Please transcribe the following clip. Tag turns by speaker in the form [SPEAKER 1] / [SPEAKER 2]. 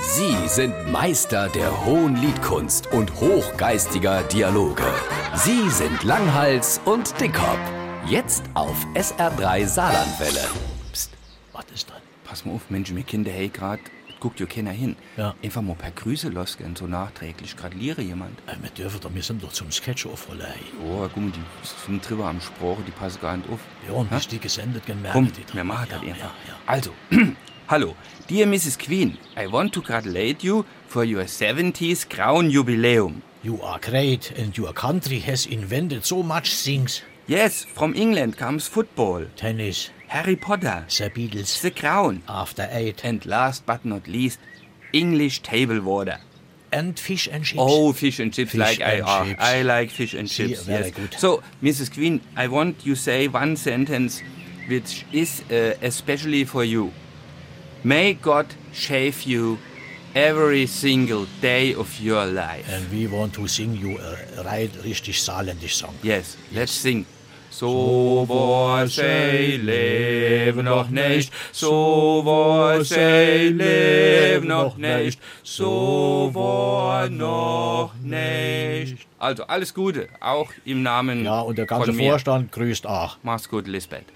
[SPEAKER 1] Sie sind Meister der hohen Liedkunst und hochgeistiger Dialoge. Sie sind Langhals und Dickhop. Jetzt auf SR3 Saarlandwelle.
[SPEAKER 2] Psst, was ist denn?
[SPEAKER 3] Pass mal auf, Mensch, mir Kinder, hey, grad, guckt ja keiner hin.
[SPEAKER 2] Ja.
[SPEAKER 3] Einfach mal per Grüße losgehen, so nachträglich. Gratuliere jemand.
[SPEAKER 2] Äh, Wir dürfen doch, wir sind doch zum Sketch aufrollen. Hey.
[SPEAKER 3] Oh, guck mal, die sind drüber am Sprache, die passen gar nicht auf.
[SPEAKER 2] Ja, und bis die gesendet gehen, merken
[SPEAKER 3] Komm,
[SPEAKER 2] die doch.
[SPEAKER 3] wir machen das
[SPEAKER 2] ja,
[SPEAKER 3] einfach.
[SPEAKER 2] Ja, ja.
[SPEAKER 3] Also, hallo, dear Mrs. Queen, I want to gratulate you for your 70s Crown Jubiläum.
[SPEAKER 2] You are great and your country has invented so much things.
[SPEAKER 3] Yes, from England comes football,
[SPEAKER 2] Tennis,
[SPEAKER 3] Harry Potter,
[SPEAKER 2] the Beatles,
[SPEAKER 3] the Crown,
[SPEAKER 2] After Eight
[SPEAKER 3] and last but not least, English table water.
[SPEAKER 2] and Fish and Chips.
[SPEAKER 3] Oh, fish and chips
[SPEAKER 2] Fish
[SPEAKER 3] like I
[SPEAKER 2] and
[SPEAKER 3] are.
[SPEAKER 2] chips.
[SPEAKER 3] I like fish and
[SPEAKER 2] See,
[SPEAKER 3] chips.
[SPEAKER 2] very
[SPEAKER 3] yes.
[SPEAKER 2] good.
[SPEAKER 3] So, Mrs. Queen, I want you say one sentence which is uh, especially for you. May God shave you every single day of your life.
[SPEAKER 2] And we want to sing you a right, richtig saarländisch song.
[SPEAKER 3] Yes, let's sing. So was ich leben noch nicht, so was ich leben noch nicht, so war noch nicht. Also alles Gute, auch im Namen
[SPEAKER 2] Ja, und der ganze
[SPEAKER 3] von mir.
[SPEAKER 2] Vorstand grüßt auch.
[SPEAKER 3] Mach's gut, Lisbeth.